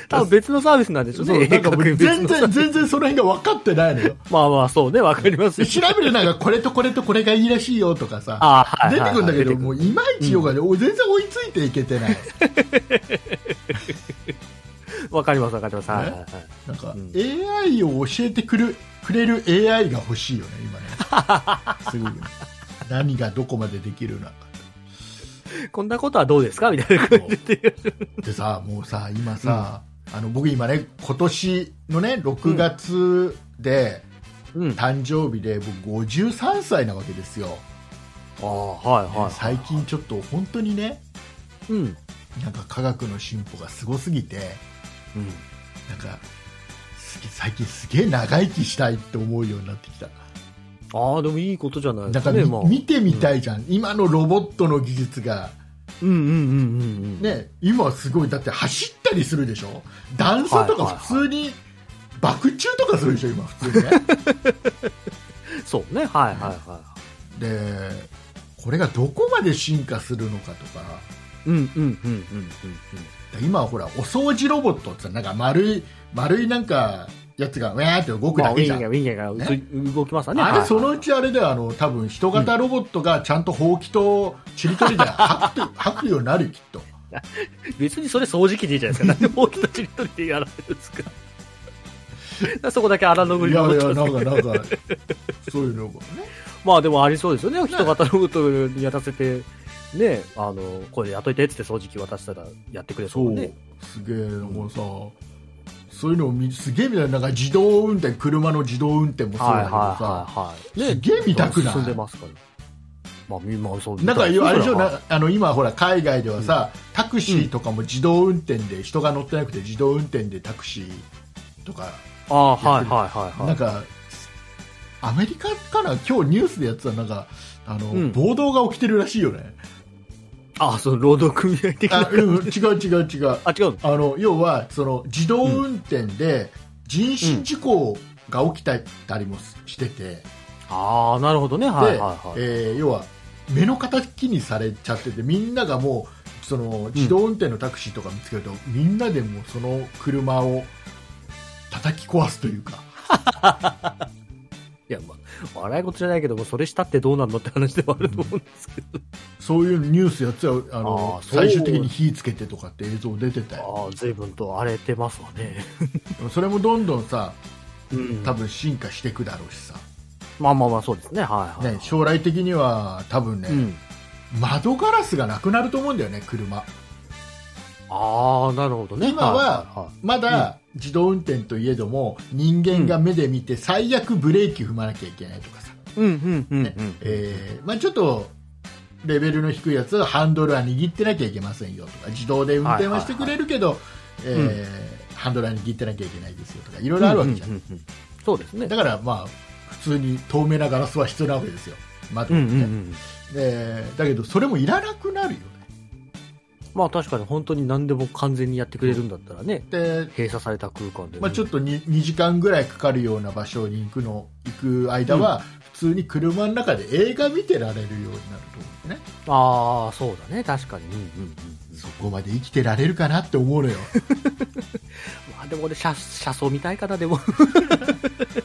Speaker 3: 多分別のサービスなんでしょう
Speaker 2: そ
Speaker 3: ね。
Speaker 2: うなんかもう
Speaker 3: 絵描く別
Speaker 2: 全
Speaker 3: のサー
Speaker 2: 然
Speaker 3: ビ ス
Speaker 2: 全然その辺が分かってないのよ
Speaker 3: まあまあ、そうね、わかります
Speaker 2: で
Speaker 3: よ
Speaker 2: 調べるなんかこれとこれとこれがいいらしいよとかさ
Speaker 3: ああ、はい
Speaker 2: 出
Speaker 3: は
Speaker 2: て
Speaker 3: い
Speaker 2: くるん
Speaker 3: は
Speaker 2: だけ
Speaker 3: い。
Speaker 2: ど
Speaker 3: 出てく
Speaker 2: もういまいちよがねお全然追いついていけてない
Speaker 3: わかりますわかります。はいはいはい。
Speaker 2: なんか
Speaker 3: うん
Speaker 2: AI を教えてくるくれる AI が欲しいよね今 ねすごいね何がどこまでできるのか
Speaker 3: こんなことはどうですかみたいな感じで。
Speaker 2: でさもうさ今さ、あの僕今ね今年のね6月で
Speaker 3: うん。あ
Speaker 2: 誕生日で僕53歳なわけですよ、
Speaker 3: あ、はいはいはい。
Speaker 2: 最近ちょっと本当にね
Speaker 3: うん。うん。
Speaker 2: なんか科学の進歩がすごすぎてなんかすげ最近すげえ長生きしたいって思うようになってきた
Speaker 3: ああ、でもいいことじゃないで
Speaker 2: なん
Speaker 3: す
Speaker 2: か
Speaker 3: か
Speaker 2: み、
Speaker 3: ね、まあ。
Speaker 2: 見てみたいじゃん、今のロボットの技術が
Speaker 3: うんうんうんうんうん。
Speaker 2: ね今すごいだって走ったりするでしょ 段差とか普通に、バク宙とかするでしょ今普通にね
Speaker 3: そうね。はいはいは
Speaker 2: でこれがどこまで進化するのかとか
Speaker 3: い。うんうんうんうんうん
Speaker 2: 今はほらお掃除ロボットってなんか丸い丸いなんかやつがウェーって動
Speaker 3: うん。
Speaker 2: く
Speaker 3: まあ、
Speaker 2: だ
Speaker 3: ウ
Speaker 2: け
Speaker 3: ィ
Speaker 2: じ
Speaker 3: ン
Speaker 2: ゃん、
Speaker 3: が、ウィンがうつ動きますわね。
Speaker 2: あれその
Speaker 3: う
Speaker 2: うちあれであの多分人型ロボットがちゃんとほうきとちりとりで吐く吐くようになるよきっと
Speaker 3: 別にそれ掃除機でいいじゃない ですか。なんで大きなちりとりでやられるんですか。だから そこだけ荒のぶ
Speaker 2: い
Speaker 3: り
Speaker 2: や
Speaker 3: の
Speaker 2: い
Speaker 3: こと
Speaker 2: や
Speaker 3: です
Speaker 2: な
Speaker 3: け
Speaker 2: んか
Speaker 3: ど
Speaker 2: なんかそういうのがね
Speaker 3: まあでもありそうですよね。人型ロボットにやらせて、ね、あの、これ雇いてっつって掃除機渡したらやってくれそ
Speaker 2: そうう、
Speaker 3: ね。
Speaker 2: すげえなんかさそういうのを見すげえみたいななんか自動運転車の自動運転もそう
Speaker 3: はい
Speaker 2: だけ
Speaker 3: はい
Speaker 2: どさ
Speaker 3: はいは
Speaker 2: す
Speaker 3: い。
Speaker 2: げえ見たくない
Speaker 3: 進んでますから。まあ、みんなそう
Speaker 2: なんかあれでしょ
Speaker 3: は
Speaker 2: なあの今ほら海外ではさ、タクシーとかも自動運転で人が乗ってなくて自動運転でタクシーとか、
Speaker 3: ああ、はいはいはいはい。
Speaker 2: なんかアメリカかな今日ニュースでやってたなんかあの、
Speaker 3: うん
Speaker 2: 暴動が起きてるらしいよ ね。
Speaker 3: ああ、その労働組合的
Speaker 2: あ
Speaker 3: な。
Speaker 2: うん違う違う違う。
Speaker 3: あ、違うの
Speaker 2: あの要はその自動運転で人身事故が起きたりもしてて、で、
Speaker 3: ああ、なるほどね。はいはいはい。
Speaker 2: えー要は目の敵にされちゃっててみんながもうその自動運転のタクシーとか見つけると、みんなでもうその車を叩き壊すというか
Speaker 3: いや、まあ、笑い事じゃないけども、それしたってどうなんのって話ではあると思うんですけど。
Speaker 2: そういうニュースやつはあの
Speaker 3: あーそう
Speaker 2: 最終的に火つけてとかって映像出てたよ
Speaker 3: ああ、随分と荒れてますわね。
Speaker 2: それもどんどんさ
Speaker 3: うん
Speaker 2: 多分進化していくだろうしさ、
Speaker 3: まあまあまあ、そうですね。はいはい。
Speaker 2: ね、将来的には多分ね、
Speaker 3: うん。
Speaker 2: 窓ガラスがなくなると思うんだよね、車。
Speaker 3: ああ、なるほどね。
Speaker 2: 今はい
Speaker 3: いい
Speaker 2: まだ自動運転といえども、人間が目で見て最悪ブレーキ踏まなきゃいけないとかさ、
Speaker 3: うんうんうんう
Speaker 2: ね
Speaker 3: ん。
Speaker 2: えーまあ、ちょっとレベルの低いやつはハンドルは握ってなきゃいけませんよとか、自動で運転はしてくれるけど、
Speaker 3: いはい
Speaker 2: えーハンドルは握ってなきゃいけないですよとか、いろいろあるわけじゃん。
Speaker 3: うんうんうんうんそうですね
Speaker 2: だ。からまあ、普通に透明なガラスは必要なわけですよ。窓
Speaker 3: う
Speaker 2: ね
Speaker 3: んうんうん。
Speaker 2: えーだけど、それもいらなくなるよね。
Speaker 3: まあ確かに本当に何でも完全にやってくれるんだったらね、
Speaker 2: で
Speaker 3: 閉鎖された空間で。
Speaker 2: まあ、ちょっ
Speaker 3: と。
Speaker 2: と 2, 時間ぐらいかかるような場所に行くの行く間は、普通に車の中で映画見てられるようになると思うんだよね
Speaker 3: ああ、そうだね。確かに。うんうんうん。
Speaker 2: そこまで生きてられるかなって思うのよ
Speaker 3: まあでも俺、車、車窓見たいかな、でも。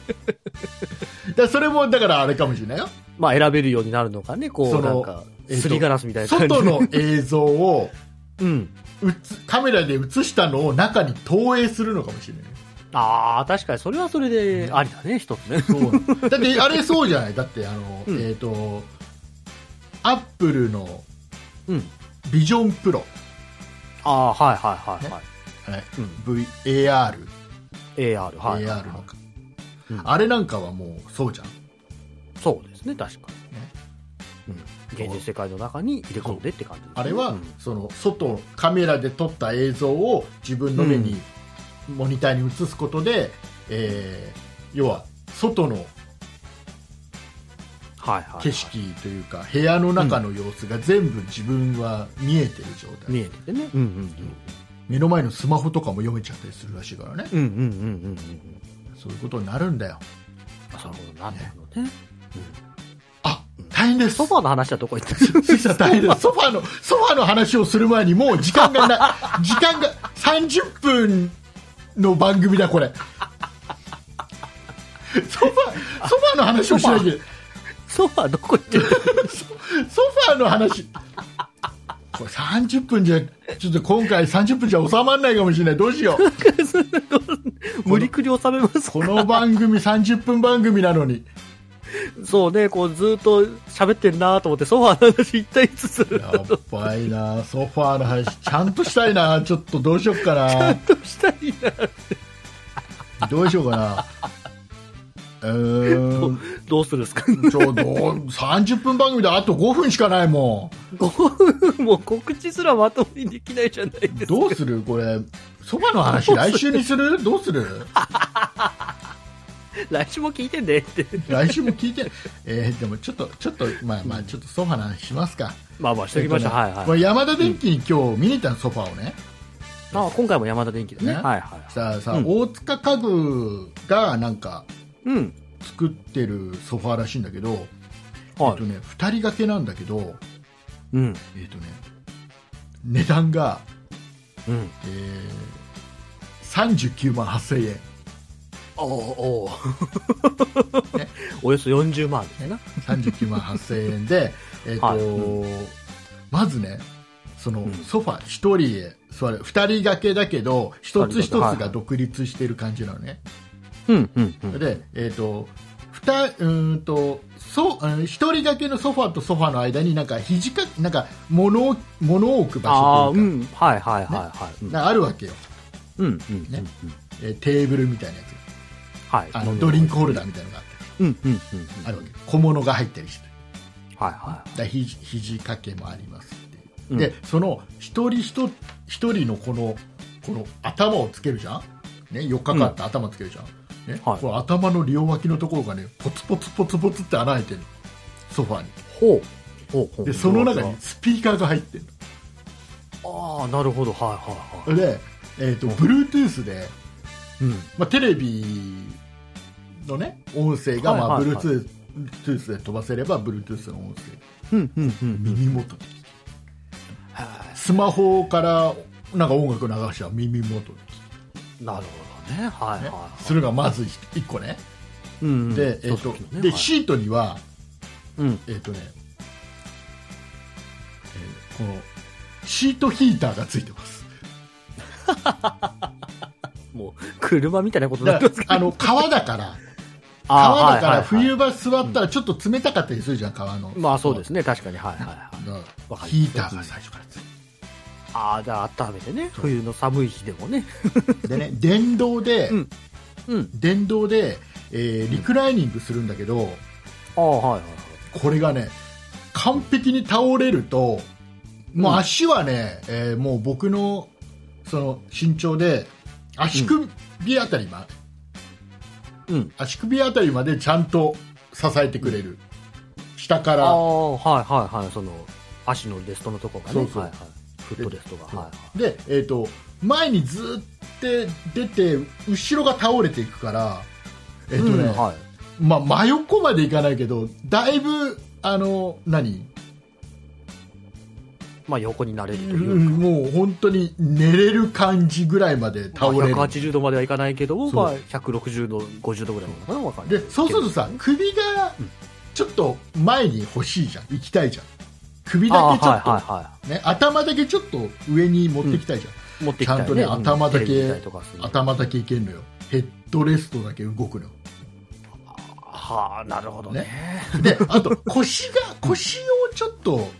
Speaker 2: だからそれもだからあれかもしれ ないよ
Speaker 3: まあ選べるようになるのかね、こ、
Speaker 2: そうの
Speaker 3: なんか、
Speaker 2: えっと
Speaker 3: すりガラスみたいな感じ
Speaker 2: 外の映像を
Speaker 3: うん。
Speaker 2: 映カメラで映したのを中に投影するのかもしれない
Speaker 3: ああ、確かにそれはそれでありだね、一つね。
Speaker 2: そうなのだってあれそうじゃないだってあの、
Speaker 3: うん
Speaker 2: えっ、とアップルの
Speaker 3: うん。
Speaker 2: ビジョンプロ
Speaker 3: ああ、はいはいはいはい。
Speaker 2: はい
Speaker 3: うん。
Speaker 2: VAR、
Speaker 3: AR、はい。
Speaker 2: AR のか
Speaker 3: うん
Speaker 2: あれなんかはもうそうじゃん
Speaker 3: そうですね、確かに。
Speaker 2: ね
Speaker 3: うん、現実世界の中に入れ込んでって感じですね、
Speaker 2: あれは、
Speaker 3: うん
Speaker 2: その外カメラで撮った映像を自分の目に、モニターに映すことで、えー要は外の
Speaker 3: はいはいはい、
Speaker 2: 景色というか、部屋の中の様子が全部自分は見えてる状態、
Speaker 3: 見えててね。うんうん
Speaker 2: 目の前のスマホとかも読めちゃったりするらしいからね
Speaker 3: うん。うんうんうんうんうんうん。
Speaker 2: そういうことになるんだよ
Speaker 3: まあそういうことになってくるのね。
Speaker 2: あ大変です
Speaker 3: ソファーの話はどこ行っ た
Speaker 2: 杉さん大変ですソファーのソファーの話をする前にもう時間がない時間が30分の番組だこれソファーソファーの話をしなきゃ
Speaker 3: ソファーど こ行ってる
Speaker 2: ソファーの話これ30分じゃちょっと今回30分じゃ収まらないかもしれないどうしよう
Speaker 3: 無理くり収めます。
Speaker 2: この番組30分番組なのに
Speaker 3: そうね、こうずっと喋ってるなと思ってソファーの話一体ずつする
Speaker 2: やばいなソファーの話ちゃんとしたいなちょっとどうしようかな
Speaker 3: としたいな。
Speaker 2: どうしようかなうーん
Speaker 3: どうするんですか
Speaker 2: ちょうど30分番組であと5分しかないも
Speaker 3: ?5 分も告知すらまともにできないじゃないで
Speaker 2: ん。
Speaker 3: すか。
Speaker 2: どうするこれ、そばの話来週にするどうする
Speaker 3: 来週も聞いてねって。
Speaker 2: 来週も聞いて。えーでもちょっと、ちょっと、まあまあ、ちょっとソファの話しますか。
Speaker 3: まあまあ、してきました。
Speaker 2: えっとね
Speaker 3: はいはい
Speaker 2: こ。れ山田電機に今日見に行ったの、ソファをね。
Speaker 3: あ今回も山田電機だ
Speaker 2: ね
Speaker 3: ね。はいはい。
Speaker 2: さあさあ、
Speaker 3: うん
Speaker 2: 大塚家具がなんか、
Speaker 3: うん。
Speaker 2: 作ってるソファーらしいんだけど、えっ
Speaker 3: は
Speaker 2: と
Speaker 3: い。
Speaker 2: ね、2人掛けなんだけど、
Speaker 3: うん。
Speaker 2: えっとね、値段が、
Speaker 3: うん。
Speaker 2: えー39万8000円
Speaker 3: おおおお およそ40万ですね。
Speaker 2: 39万8000円 で、えっと
Speaker 3: はい
Speaker 2: まずねその
Speaker 3: うん
Speaker 2: ソファ1人へ座る2人掛けだけど一つ一つ
Speaker 3: はい
Speaker 2: が独立してる感じなのね、
Speaker 3: うん、うん、うん。
Speaker 2: で、えっとふたうーんとそ1人掛けのソファとソファの間になんか肘かなんか物を物を置く場
Speaker 3: ああ、
Speaker 2: 所と
Speaker 3: う
Speaker 2: いうか
Speaker 3: ん。はい、はい、はい、はい。うん
Speaker 2: なんかあるわけよ、
Speaker 3: うん、うん。
Speaker 2: ね
Speaker 3: うんうん
Speaker 2: えーテーブルみたいなやつ
Speaker 3: はい。
Speaker 2: あのドリンクホルダーみたいなのが
Speaker 3: うん、うん、うん。
Speaker 2: あるわけ小物が入ったりして
Speaker 3: はい、は
Speaker 2: だ肘肘掛けもありますっていう
Speaker 3: い。うん
Speaker 2: で、その一人一人一人のこのこの頭をつけるじゃん、ね、4日間あって頭つけるじゃん、ね
Speaker 3: はい
Speaker 2: この頭の両脇のところがねポツポツポツポツって穴開いてるソファーに
Speaker 3: ほう。ほう、ほう。
Speaker 2: でその中に。スピーカーが入ってる
Speaker 3: ああ、なるほど。はい、はい、
Speaker 2: の
Speaker 3: は
Speaker 2: で、えー、と Bluetooth で、
Speaker 3: い。うん。
Speaker 2: まあ、テレビのね音声が、まあ
Speaker 3: はいはいはい
Speaker 2: Bluetooth Bluetooth で飛ばせれば Bluetooth の音声
Speaker 3: うん、うん、うん。
Speaker 2: 耳元で聞けるスマホからなんか音楽流したら耳元で聞ける
Speaker 3: なるほどね。はい、はい
Speaker 2: ね
Speaker 3: は、い。
Speaker 2: それがまず1個ね、
Speaker 3: うん
Speaker 2: で,、えっとでシートには、
Speaker 3: うん、
Speaker 2: えっとねえーこのシートヒーターがついてます
Speaker 3: もう車みたいなことに
Speaker 2: だ
Speaker 3: な
Speaker 2: か
Speaker 3: って
Speaker 2: ら
Speaker 3: ますけど
Speaker 2: あの川だから
Speaker 3: あー
Speaker 2: 川だか
Speaker 3: はい
Speaker 2: ら
Speaker 3: はいはい
Speaker 2: 冬場座ったらちょっと冷たかったりするじゃん川の、
Speaker 3: まあそうですね確かにはいはいはい
Speaker 2: だから
Speaker 3: わかります
Speaker 2: ヒーターが最初からついて
Speaker 3: ああだから温めてね冬の寒い日でもね
Speaker 2: るでね電動で、
Speaker 3: うんうん
Speaker 2: 電動で、えーリクライニングするんだけど
Speaker 3: ああはいはい
Speaker 2: これがね完璧に倒れるともう足はね、えーもう僕のその身長で足首あたりま、
Speaker 3: うん
Speaker 2: 足首あたりまでちゃんと支えてくれる、下か
Speaker 3: あ
Speaker 2: ら
Speaker 3: あはいはいはいその足のレストのとこがね
Speaker 2: そうそう
Speaker 3: はいはいフットレストがはいは
Speaker 2: で、えー、と前にずっと出て後ろが倒れていくから、え
Speaker 3: い
Speaker 2: ーとね
Speaker 3: うんはい
Speaker 2: まあ、真横までいかないけどだいぶあの何
Speaker 3: まあ横になれると
Speaker 2: う
Speaker 3: いうん
Speaker 2: もう本当に寝れる感じぐらいまで
Speaker 3: ま
Speaker 2: 倒
Speaker 3: あ
Speaker 2: れる、
Speaker 3: 180度まではいかないけども
Speaker 2: そう
Speaker 3: まあ160度50度ぐらいなのかなわかんない
Speaker 2: でそうするとさ首がちょっと前に欲しいじゃん行きたいじゃん首
Speaker 3: あ
Speaker 2: だ
Speaker 3: あ
Speaker 2: けちょっと、
Speaker 3: はいはいは
Speaker 2: ね、頭だけちょっと上に持ってきたいじゃん、
Speaker 3: い持ってきたい
Speaker 2: ちゃんとね
Speaker 3: うん
Speaker 2: 頭だけ
Speaker 3: テレビ見たりとかする
Speaker 2: 頭だけいけんのよヘッドレストだけ動くの
Speaker 3: はあなるほどね
Speaker 2: であと腰が腰をちょっと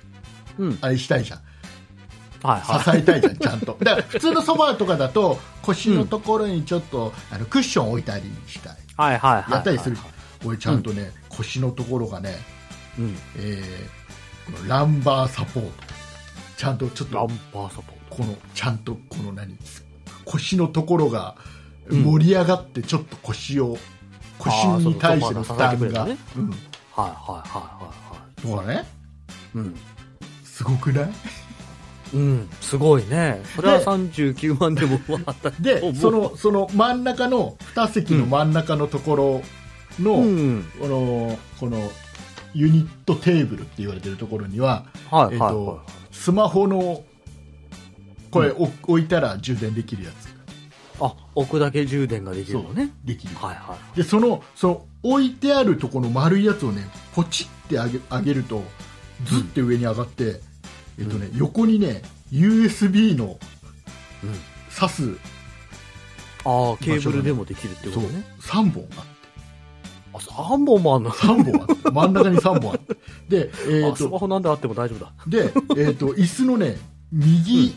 Speaker 3: うん
Speaker 2: あれしたいじゃん
Speaker 3: はいはい
Speaker 2: 支えたいじゃんちゃんとだから普通のソファーとかだと腰のところにちょっと、あのクッション置いたりしたい
Speaker 3: はいはいはい
Speaker 2: やったりするじゃん、これちゃんとね、腰のところがね、
Speaker 3: うん
Speaker 2: えーこのランバーサポートちゃんとちょっ
Speaker 3: ラン
Speaker 2: と
Speaker 3: バーサポート
Speaker 2: このちゃんとこの何腰のところが盛り上がってちょっと腰を、腰に対しての負
Speaker 3: あーそ
Speaker 2: 担が、
Speaker 3: のソファーの支えてくれたね
Speaker 2: うん
Speaker 3: はいはいはいはいは
Speaker 2: とかね
Speaker 3: いうん
Speaker 2: すごくない
Speaker 3: うん、すごいね。それは
Speaker 2: で
Speaker 3: 39万でもあったと思
Speaker 2: で
Speaker 3: う
Speaker 2: そ、のその真ん中の2席の真ん中のところの、
Speaker 3: うん、
Speaker 2: このこのユニットテーブルって言われてるところには、
Speaker 3: はいはい
Speaker 2: え
Speaker 3: は
Speaker 2: ー
Speaker 3: い
Speaker 2: と
Speaker 3: は
Speaker 2: スマホのこれ、お置いたら充電できるやつ
Speaker 3: い。あ、置くだけ充電ができるのね。
Speaker 2: できる
Speaker 3: はいは
Speaker 2: でそのその置いてあるとこの丸いやつをねポチって上げ上げるとずって上に上がって、えっとね横にね USB の
Speaker 3: い。うん、
Speaker 2: 挿す、
Speaker 3: ああ、ケーブルでもできるってこ
Speaker 2: そ
Speaker 3: と
Speaker 2: う
Speaker 3: ね。
Speaker 2: 3本あって
Speaker 3: あ、3本もあんの。
Speaker 2: 三本あって真ん中に3本あってで えっ
Speaker 3: あスマ
Speaker 2: と
Speaker 3: ホなんであっても大丈夫だ。
Speaker 2: でえっと椅子のね右、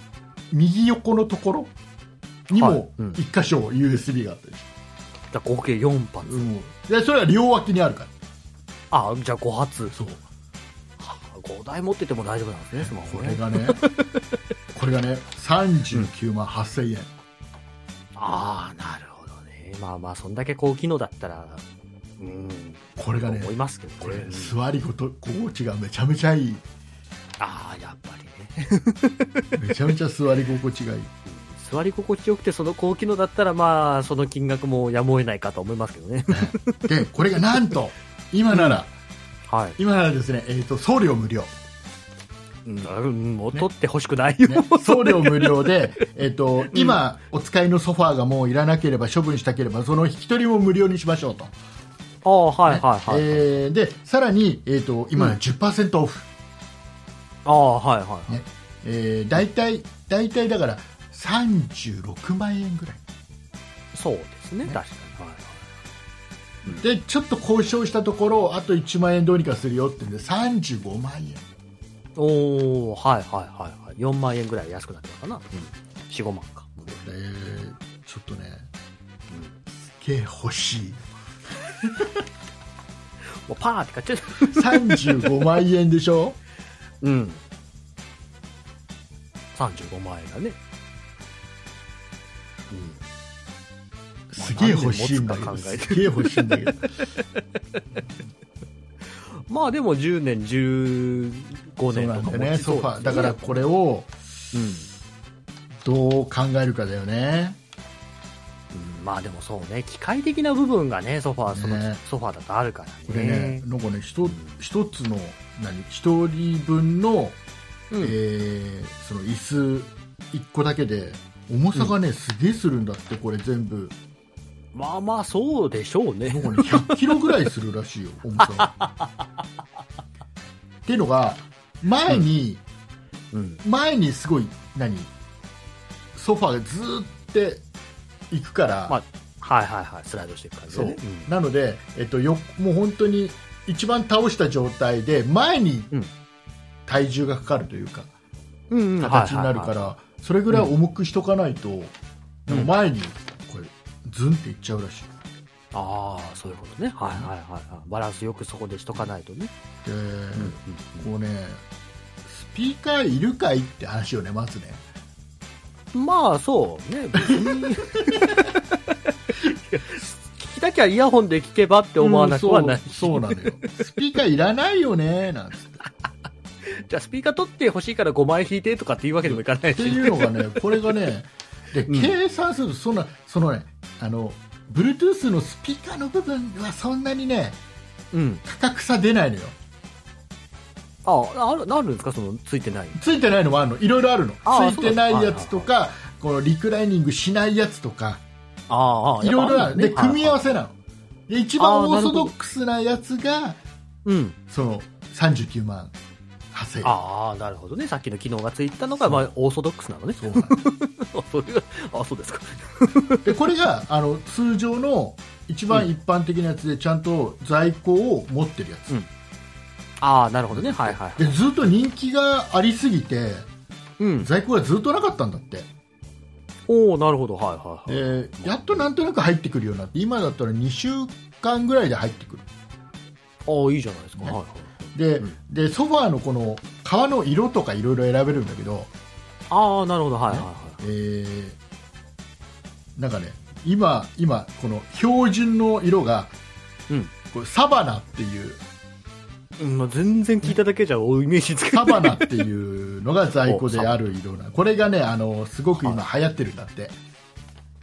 Speaker 2: 右横のところに
Speaker 3: は
Speaker 2: も
Speaker 3: いうん
Speaker 2: 1箇所 USB があったりして、
Speaker 3: じゃあ合計4発。
Speaker 2: うんでそれは両脇にあるから
Speaker 3: あ、じゃあ5発。
Speaker 2: そう
Speaker 3: 5台持ってても大丈夫なんですね、スマホ
Speaker 2: これ
Speaker 3: ね。
Speaker 2: がね これがね39万8000円、
Speaker 3: ああ、なるほどね。まあまあ、そんだけ高機能だったら、うん、
Speaker 2: これがね
Speaker 3: と思いますけどね。
Speaker 2: これ
Speaker 3: うん
Speaker 2: 座り心地がめちゃめちゃいい
Speaker 3: ああ、やっぱりね。
Speaker 2: めちゃめちゃ座り心地がいい
Speaker 3: そ座り心地よくてその高機能だったらまあその金額もやむを得ないかと思いますけどね
Speaker 2: でこれがなんと今なら
Speaker 3: はい、
Speaker 2: 今ならですね、えー、と送料無料、
Speaker 3: うん、もう取ってほしくないよ、
Speaker 2: ね送料無料で、えーと今お使いのソファーがもういらなければ処分したければその引き取りも無料にしましょうと、
Speaker 3: ああはいはいはい、
Speaker 2: えーでさらに、えー、と今なら
Speaker 3: うん
Speaker 2: 10%オフ、
Speaker 3: ああはいはい、
Speaker 2: ねえー、大体大体だから36万円ぐらい
Speaker 3: そうですね
Speaker 2: ね
Speaker 3: 確かに、はい
Speaker 2: でちょっと交渉したところあと1万円どうにかするよってんで35万円
Speaker 3: おおはいはいはいはい4万円ぐらい安くなってるかな、45万か
Speaker 2: えーちょっとね、すげえ欲しい
Speaker 3: もうパーって買っちゃう
Speaker 2: 35万円でし ょ
Speaker 3: うん35万円だね
Speaker 2: すげえ欲しいんだけ
Speaker 3: まあ
Speaker 2: ど
Speaker 3: 何年持つか考えて
Speaker 2: すげえ欲しいんだけど
Speaker 3: まあでも10年15
Speaker 2: そう
Speaker 3: 年
Speaker 2: な
Speaker 3: と
Speaker 2: ん
Speaker 3: か
Speaker 2: だよ
Speaker 3: 持
Speaker 2: ね
Speaker 3: ちそ
Speaker 2: ソ
Speaker 3: う
Speaker 2: ファー
Speaker 3: ですね
Speaker 2: だからこれを
Speaker 3: うん、
Speaker 2: どう考えるかだよね
Speaker 3: うんまあでもそうね機械的な部分がねソファーその、
Speaker 2: ね
Speaker 3: ソファーだとあるか
Speaker 2: こ
Speaker 3: ら
Speaker 2: れ
Speaker 3: ね
Speaker 2: ねなんかねひと一つの何一人分の
Speaker 3: うん
Speaker 2: えーその椅子1個だけで重さがね、すげえするんだってこれ全部
Speaker 3: まあまあそうでしょうね
Speaker 2: なんかね100キロぐらいするらしいよ重さ がっていうのが前に、
Speaker 3: うん
Speaker 2: 前にすごい何ソファーがずーって行くから、
Speaker 3: まあはいはいはいスライドしていく感じ
Speaker 2: そ
Speaker 3: で
Speaker 2: う、
Speaker 3: ね
Speaker 2: なので、えっと、よもう本当に一番倒した状態で前に
Speaker 3: うん
Speaker 2: 体重がかかるというか、
Speaker 3: うんうんうん
Speaker 2: 形になるから、それぐらい重くしとかないと、でも前にこれズンっていっちゃうらしい
Speaker 3: ああそういうことねはいはいはいはいバランスよくそこでしとかないとね
Speaker 2: で、
Speaker 3: うん
Speaker 2: こうねスピーカーいるかいって話よねまずね
Speaker 3: うんまあそうね別に いや聞きたきゃイヤホンで聞けばって思わなくはない、
Speaker 2: うんそうそうなのよスピーカーいらないよねなんつって
Speaker 3: じゃあスピーカー取ってほしいから5枚引いてとかっていうわけにもいかない
Speaker 2: って
Speaker 3: し、
Speaker 2: いうのが ね、これがね、で
Speaker 3: うん
Speaker 2: 計算するとそんな、そのね、あの Bluetooth のスピーカーの部分はそんなにね、
Speaker 3: うん、
Speaker 2: 価格差出ないのよ、
Speaker 3: あああるあるんですかそのついてない
Speaker 2: ついてないのもあるの、いろいろあるの、つ
Speaker 3: ああ
Speaker 2: いてないやつとか、このリクライニングしないやつとか、
Speaker 3: ああ
Speaker 2: いろいろある、で組み合わ
Speaker 3: せ、
Speaker 2: せなの、で一番
Speaker 3: ああ
Speaker 2: オーソドックスなやつが、
Speaker 3: うん、
Speaker 2: その39万8000円。
Speaker 3: ああなるほどねさっきの機能がついたのが、まあ、オーソドックスなのね
Speaker 2: そうなの
Speaker 3: それがあそうですか
Speaker 2: でこれがあの通常の一番一般的なやつでちゃんと在庫を持ってるやつ、
Speaker 3: ああなるほどねはいはいはい
Speaker 2: でずっと人気がありすぎて
Speaker 3: うん
Speaker 2: 在庫がずっとなかったんだって
Speaker 3: おおなるほどはいはいはい
Speaker 2: でやっとなんとなく入ってくるようになって今だったら2週間ぐらいで入ってくる
Speaker 3: ああいいじゃないですか、
Speaker 2: ね
Speaker 3: はいはい
Speaker 2: で,、
Speaker 3: うん
Speaker 2: でソファーのこの革の色とかいろいろ選べるんだけど、
Speaker 3: ああなるほどはいはいはい、
Speaker 2: えーなんかね今今この標準の色が、
Speaker 3: うん
Speaker 2: これサバナっていう
Speaker 3: うんまあ、全然聞いただけじゃおイメージつか
Speaker 2: サバナっていうのが在庫である 色なこれがねあのすごく今流行ってるんだって、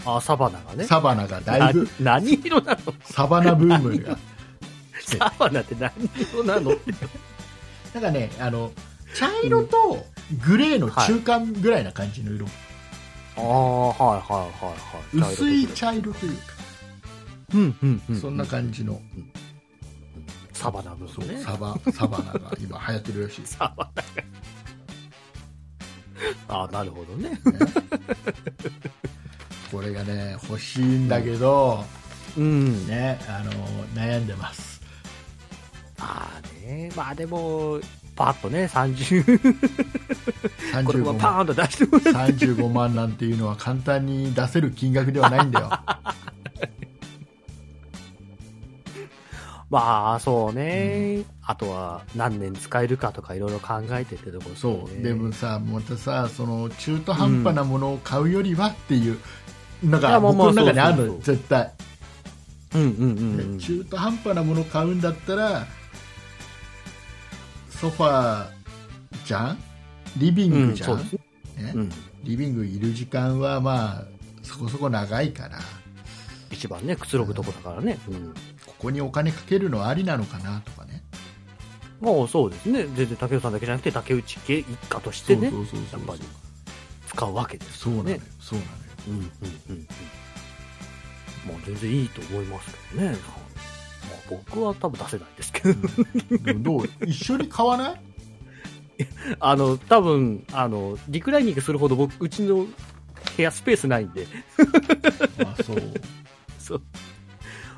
Speaker 3: あサバナがね
Speaker 2: サバナがだいぶ
Speaker 3: な何色なの
Speaker 2: サバナブーム がて
Speaker 3: サバナって何色な の
Speaker 2: なんかね、あの茶色とグレーの中間ぐらいな感じの色、
Speaker 3: ああはいはいはいはい
Speaker 2: 薄い茶色というか、
Speaker 3: うんうん、うん、
Speaker 2: そんな感じの、
Speaker 3: サバナブ
Speaker 2: そう
Speaker 3: ームね
Speaker 2: サバサバナが今流行ってるらしいです、
Speaker 3: サバナがあ あなるほどね
Speaker 2: ね、 これがね欲しいんだけど、
Speaker 3: うん
Speaker 2: ね、あの悩んでます
Speaker 3: まあねまあでもパッとね30これ
Speaker 2: 35
Speaker 3: はパ
Speaker 2: 万
Speaker 3: ーンと出してもらう
Speaker 2: 35万なんていうのは簡単に出せる金額ではないんだ よ
Speaker 3: まあそうね、あとは何年使えるかとかいろいろ考えてってところ、ね、
Speaker 2: そうでもさまたさその中途半端なものを買うよりはっていうの
Speaker 3: い
Speaker 2: が
Speaker 3: やまあ
Speaker 2: 僕
Speaker 3: まあ
Speaker 2: の中にあるの
Speaker 3: そう
Speaker 2: よ
Speaker 3: そう
Speaker 2: 絶対
Speaker 3: うんうんうん
Speaker 2: ね
Speaker 3: うん
Speaker 2: 中途半端なものを買うんだったらソファーじゃんリビングじゃん、
Speaker 3: うんそうです
Speaker 2: ね、
Speaker 3: うん。
Speaker 2: リビングいる時間はまあそこそこ長いから
Speaker 3: 一番ね、くつろぐとこだからね。うん。
Speaker 2: ここにお金かけるのはありなのかなとかね
Speaker 3: まあそうですね。全然竹内さんだけじゃなくて、竹内家一家としてね
Speaker 2: そ、うそうそ
Speaker 3: や
Speaker 2: う
Speaker 3: っ
Speaker 2: そ
Speaker 3: ぱ
Speaker 2: う
Speaker 3: り使うわけです
Speaker 2: そう
Speaker 3: よ
Speaker 2: なのよ、
Speaker 3: ね。
Speaker 2: そうなのよ
Speaker 3: うんうんうんうん。まあ全然いいと思いますけどね。まあ僕は多分出せないですけど。
Speaker 2: でもどう一緒に買わない
Speaker 3: あの、多分、あの、リクライニングするほど僕、うちの部屋スペースないんで、
Speaker 2: あそう
Speaker 3: そう。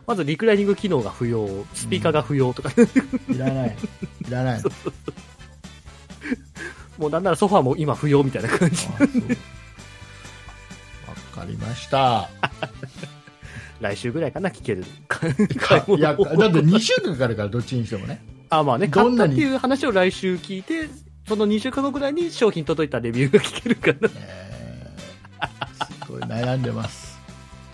Speaker 3: まずリクライニング機能が不要、スピーカーが不要とか、
Speaker 2: いらないいらないの
Speaker 3: もうなんならソファーも今不要みたいな感じ。
Speaker 2: あそうわかりました
Speaker 3: 来週ぐらいかな、聞ける。
Speaker 2: かいやだ
Speaker 3: 買い物
Speaker 2: って2週間かかるからどっちにしてもね
Speaker 3: あ、まあね、
Speaker 2: ど
Speaker 3: 買
Speaker 2: ん
Speaker 3: っ
Speaker 2: な
Speaker 3: たっ
Speaker 2: に
Speaker 3: ていう話を来週聞いて、その2週間後ぐらいに商品届いたレビューが聞けるかな。
Speaker 2: えーすごい悩んでます、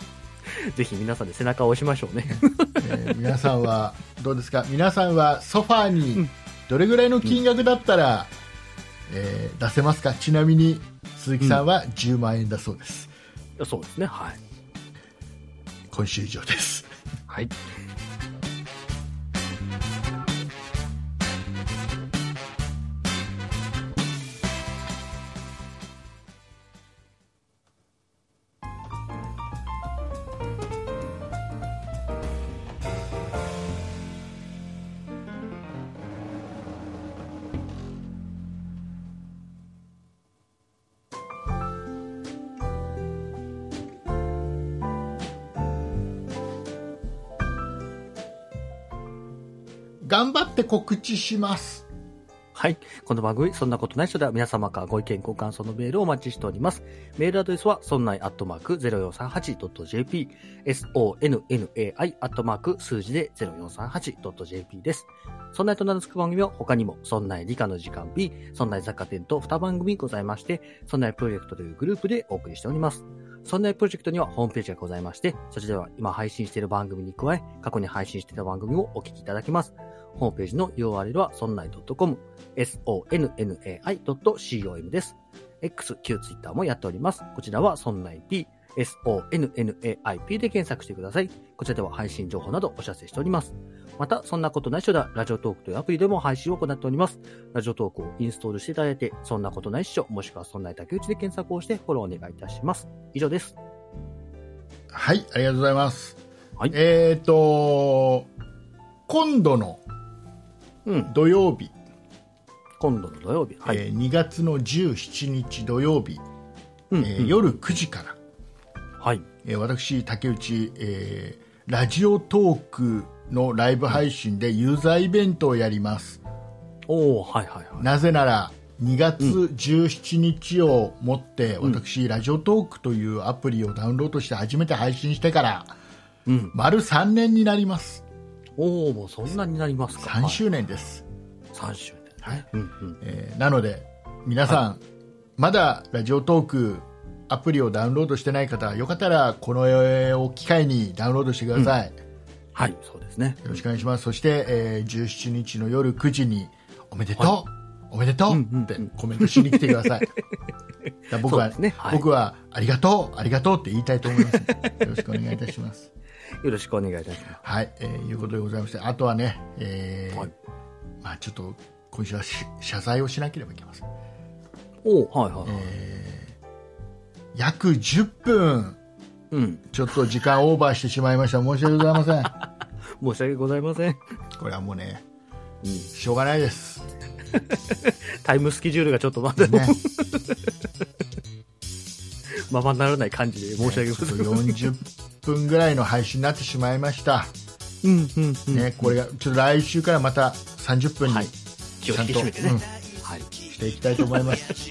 Speaker 3: ぜひ皆さんで背中を押しましょうね。
Speaker 2: えー皆さんはどうですか皆さんはソファーにどれぐらいの金額だったら、えー出せますかちなみに鈴木さんは10万円だそうです、
Speaker 3: そうですね、はい。
Speaker 2: 今週以上です
Speaker 3: はい。
Speaker 2: 頑張って告知します
Speaker 3: はい。この番組、そんなことない人では皆様からご意見、ご感想のメールをお待ちしております。メールアドレスは、そんないアットマーク 0438.jp、sonnai アットマーク数字で 0438.jp です。そんないと名の付く番組は他にも、そんない理科の時間 B、そんない雑貨店と2番組ございまして、そんないプロジェクトというグループでお送りしております。そんないプロジェクトにはホームページがございまして、そちらでは今配信している番組に加え、過去に配信していた番組もお聞きいただけます。ホームページの URL は、そんない .com、sonnai.com です。X、Q、Twitter もやっております。こちらは、そんない P、sonnaip で検索してください。こちらでは配信情報などお知らせしております。また、そんなことない人では、ラジオトークというアプリでも配信を行っております。ラジオトークをインストールしていただいて、そんなことないっしょ、もしくはそんない竹内で検索をしてフォローお願いいたします。以上です。
Speaker 2: はいありがとうございます、
Speaker 3: はい
Speaker 2: えっ、と今度の
Speaker 3: うん。
Speaker 2: 土曜日、
Speaker 3: 今度の土曜日。はい。
Speaker 2: えー2月の17日土曜日、
Speaker 3: うん、
Speaker 2: えー夜9時から、
Speaker 3: はい。
Speaker 2: えー私竹内、えーラジオトークのライブ配信でユーザーイベントをやります、
Speaker 3: おー、はいはいはい。
Speaker 2: なぜなら2月17日をもって、私ラジオトークというアプリをダウンロードして初めて配信してから
Speaker 3: うん。
Speaker 2: 丸3年になります
Speaker 3: おー、もうそんなになりますか。
Speaker 2: 3周年です、
Speaker 3: 3周年。
Speaker 2: はい
Speaker 3: うんうん。
Speaker 2: えーなので皆さん、まだラジオトークアプリをダウンロードしてない方はよかったらこの絵を機会にダウンロードしてください、
Speaker 3: はい、そうですね。
Speaker 2: よろしくお願いします。そして、えー17日の夜9時に、おめでとう、おめでとう、
Speaker 3: うんうんうん
Speaker 2: ってコメントしに来てくだ さい。だから僕
Speaker 3: そう
Speaker 2: は、
Speaker 3: ですねはい
Speaker 2: 僕は、ありがとう、ありがとうって言いたいと思います。よろしくお願いいたします。
Speaker 3: よろしくお願いいたしま
Speaker 2: はい、えーいうことでございまして、あとはね、えー
Speaker 3: はい
Speaker 2: まあちょっと、今週はし謝罪をしなければいけません。
Speaker 3: す。おー、はいはいはい。
Speaker 2: 約10分、
Speaker 3: うん。
Speaker 2: ちょっと時間オーバーしてしまいました。申し訳ございません。
Speaker 3: 申し訳ございません。
Speaker 2: これはもうね、しょうがないです。
Speaker 3: タイムスケジュールがちょっとまだ、
Speaker 2: ね。
Speaker 3: ままならない感じで申し訳ございません。
Speaker 2: 40分ぐらいの配信になってしまいました、
Speaker 3: うんうんうん。
Speaker 2: ね、これがちょっと来週からまた30分
Speaker 3: は
Speaker 2: に
Speaker 3: い。気を
Speaker 2: ちゃ
Speaker 3: 引
Speaker 2: ん
Speaker 3: き
Speaker 2: と、
Speaker 3: 締めてね。
Speaker 2: うん
Speaker 3: はい。
Speaker 2: していきたいと思います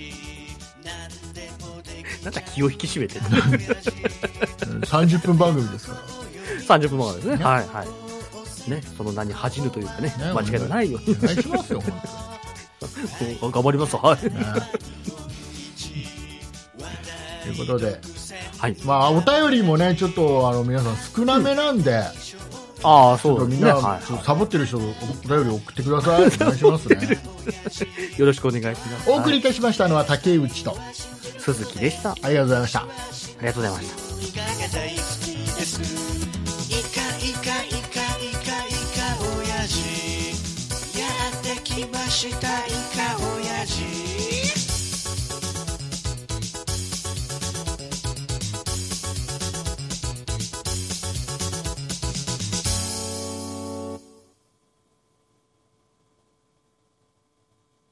Speaker 3: なんか気を引き締めて。
Speaker 2: うん30分番組ですか
Speaker 3: 30分前ですね。はいはい。ね、その名に恥じぬというかね、
Speaker 2: ら、ね、
Speaker 3: 間違いないよう
Speaker 2: お
Speaker 3: に。
Speaker 2: 願いしますよ本
Speaker 3: 頑張ります。はい。
Speaker 2: 当に、ね、ということで、
Speaker 3: はい。
Speaker 2: まあ、お便りもねちょっとあの皆さん少なめなんで、
Speaker 3: ああ、
Speaker 2: ちょっ
Speaker 3: そ
Speaker 2: と
Speaker 3: うで
Speaker 2: み
Speaker 3: す
Speaker 2: ん
Speaker 3: ね。
Speaker 2: な、
Speaker 3: は
Speaker 2: ちょっとサボってる人お便り送ってください お願いしますね
Speaker 3: い。よろしくお願いします。
Speaker 2: お送りいたしましたのは竹内と
Speaker 3: 鈴木でした。あ
Speaker 2: ありがとうございました
Speaker 3: りがとうございました。
Speaker 1: イカが大好きですイカイカイカイカイカ親父やってきましたイ